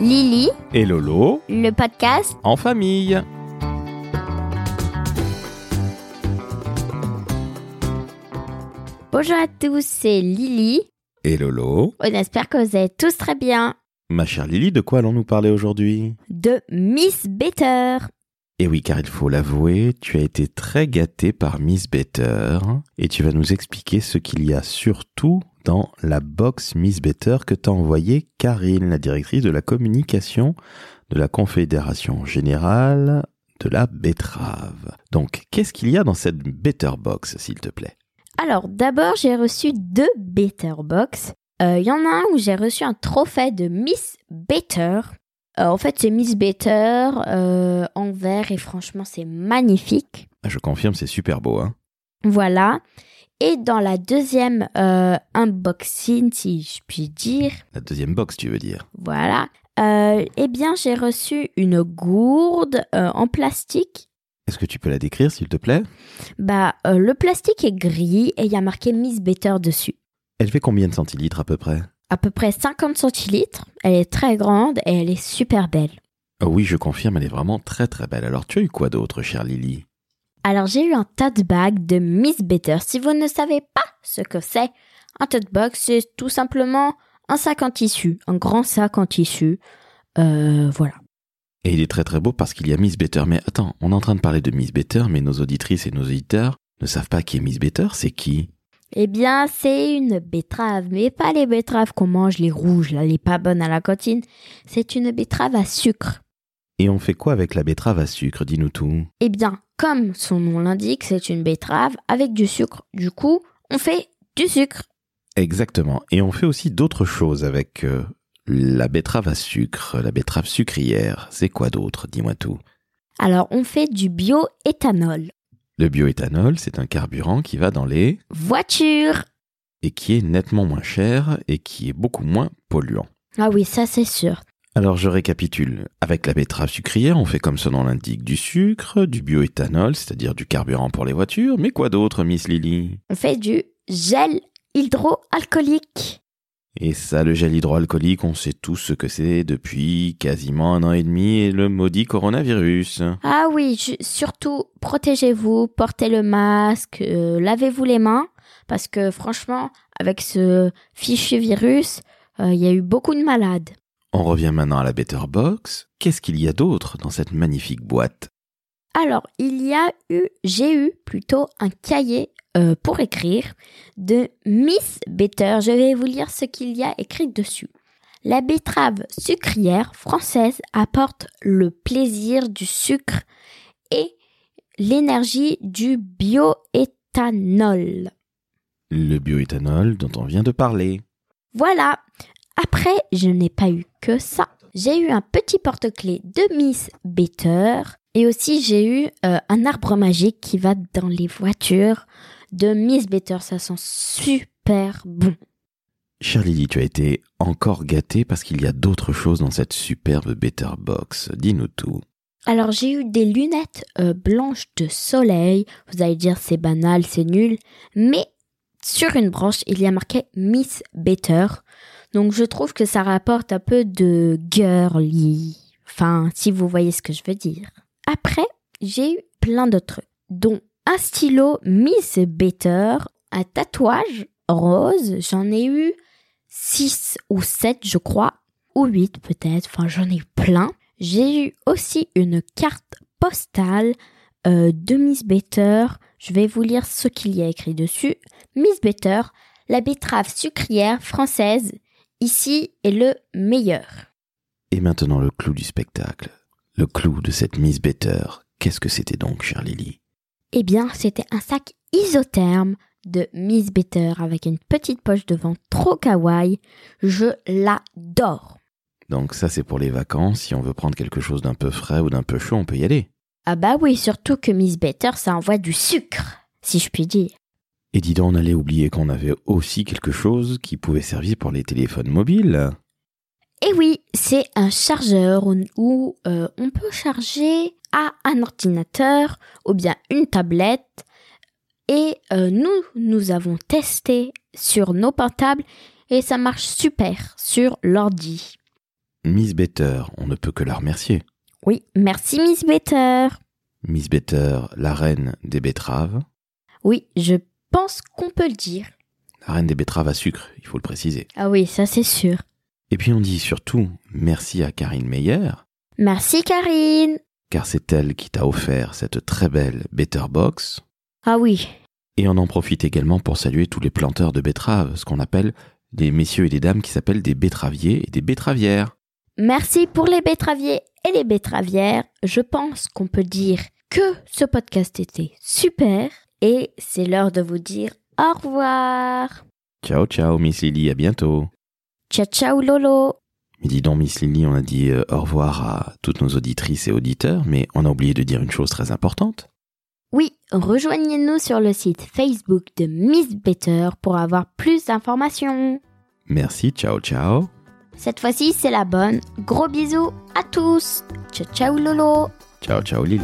Lily, et Lolo le podcast. en famille. Bonjour à tous, c'est Lily. Et Lolo On espère que vous allez tous très bien. Ma chère Lily, de quoi allons-nous parler aujourd'hui De Miss Better. Eh oui, car il faut l'avouer, tu as été très gâté par Miss Better et tu vas nous expliquer ce qu'il y a surtout dans la box Miss Better que t'a envoyée Karine, la directrice de la communication de la Confédération Générale de la Betterave. Donc, qu'est-ce qu'il y a dans cette Better Box, s'il te plaît Alors d'abord, j'ai reçu deux Better Box. Euh, Il y en a un où j'ai reçu un trophée de Miss Better. Euh, en fait, c'est Miss Better euh, en vert et franchement, c'est magnifique. Ah, Je confirme, c'est super beau, hein Voilà. Et dans la deuxième euh, unboxing, si je puis dire, La deuxième box, tu veux dire voilà, euh, eh bien j'ai reçu une gourde euh, en plastique. Est-ce que tu peux la décrire, s'il te plaît Bah, euh, le plastique est gris et il y a marqué Miss Better dessus. Elle fait combien de centilitres à peu près À peu près 50 centilitres. Elle est très grande et elle est super belle. Ah Oui, je confirme, elle est vraiment très très belle. Alors, tu as eu quoi d'autre, chère Lily Alors j'ai eu un tote bag de Miss Better. Si vous ne savez pas ce que c'est, un tote bag c'est tout simplement un sac en tissu, un grand sac en tissu. Euh, voilà. Et il est très très beau parce qu'il y a Miss Better. Mais attends, on est en train de parler de Miss Better, mais nos auditrices et nos auditeurs ne savent pas qui est Miss Better, c'est qui Eh bien, c'est une betterave, mais pas les betteraves qu'on mange, les rouges, là, les pas bonnes à la cantine. C'est une betterave à sucre. Et on fait quoi avec la betterave à sucre Dis-nous tout. Eh bien, comme son nom l'indique, c'est une betterave avec du sucre. Du coup, on fait du sucre. Exactement. Et on fait aussi d'autres choses avec euh, la betterave à sucre, la betterave sucrière. C'est quoi d'autre Dis-moi tout. Alors, on fait du bioéthanol. Le bioéthanol, c'est un carburant qui va dans les... Voiture et qui est nettement moins cher et qui est beaucoup moins polluant. Ah oui, ça c'est sûr. Alors je récapitule. Avec la betterave sucrière, on fait comme son nom l'indique du sucre, du bioéthanol, c'est-à-dire du carburant pour les voitures, mais quoi d'autre, Miss Lily On fait du gel hydroalcoolique. Et ça, le gel hydroalcoolique, on sait tous ce que c'est depuis quasiment un an et demi et le maudit coronavirus. Ah oui, ju- surtout protégez-vous, portez le masque, euh, lavez-vous les mains, parce que franchement, avec ce fichu virus, euh, il y a eu beaucoup de malades. On revient maintenant à la Better Box. Qu'est-ce qu'il y a d'autre dans cette magnifique boîte Alors, il y a eu, j'ai eu plutôt un cahier euh, pour écrire de Miss Better. Je vais vous lire ce qu'il y a écrit dessus. La betterave sucrière française apporte le plaisir du sucre et l'énergie du bioéthanol. Le bioéthanol dont on vient de parler. Voilà. Après, je n'ai pas eu que ça. J'ai eu un petit porte-clés de Miss Better et aussi j'ai eu euh, un arbre magique qui va dans les voitures de Miss Better. Ça sent super bon. Chère Lily, tu as été encore gâtée parce qu'il y a d'autres choses dans cette superbe Better Box. Dis-nous tout. Alors j'ai eu des lunettes euh, blanches de soleil. Vous allez dire c'est banal, c'est nul, mais sur une branche il y a marqué Miss Better. Donc je trouve que ça rapporte un peu de girly. Enfin, si vous voyez ce que je veux dire. Après, j'ai eu plein d'autres trucs, dont un stylo Miss Better, un tatouage rose. J'en ai eu 6 ou 7, je crois, ou 8 peut-être. Enfin, j'en ai eu plein. J'ai eu aussi une carte postale euh, de Miss Better. Je vais vous lire ce qu'il y a écrit dessus. Miss Better, la betterave sucrière française, ici est le meilleur. Et maintenant le clou du spectacle. Le clou de cette Miss Better. Qu'est-ce que c'était donc, chère Lily Eh bien, c'était un sac isotherme de Miss Better avec une petite poche devant trop kawaii. Je l'adore. Donc ça c'est pour les vacances, si on veut prendre quelque chose d'un peu frais ou d'un peu chaud, on peut y aller. Ah bah oui, surtout que Miss Better, ça envoie du sucre, si je puis dire. Et dis donc, on allait oublier qu'on avait aussi quelque chose qui pouvait servir pour les téléphones mobiles. Et Eh oui, c'est un chargeur où- où euh, on peut charger à un ordinateur ou bien une tablette. Et euh, nous, nous avons testé sur nos portables et ça marche super sur l'ordi. Miss Better, on ne peut que la remercier. Oui, merci Miss Better. Miss Better, la reine des betteraves. Oui, je pense qu'on peut le dire. La reine des betteraves à sucre, il faut le préciser. Ah oui, ça c'est sûr. Et puis on dit surtout merci à Karine Meyer, Merci Karine. car c'est elle qui t'a offert cette très belle Better Box. Ah oui, Et on en profite également pour saluer tous les planteurs de betteraves, ce qu'on appelle des messieurs et des dames qui s'appellent des betteraviers et des betteravières. merci pour les betteraviers et les betteravières. Je pense qu'on peut dire que ce podcast était super et c'est l'heure de vous dire au revoir. Ciao ciao Miss Lily, à bientôt. Ciao ciao Lolo. Mais dis donc Miss Lily, on a dit euh, au revoir à toutes nos auditrices et auditeurs, mais on a oublié de dire une chose très importante. Oui, rejoignez-nous sur le site Facebook de Miss Better pour avoir plus d'informations. Merci, ciao ciao. Cette fois-ci, c'est la bonne. Gros bisous à tous. Ciao ciao Lolo. Ciao ciao Lily.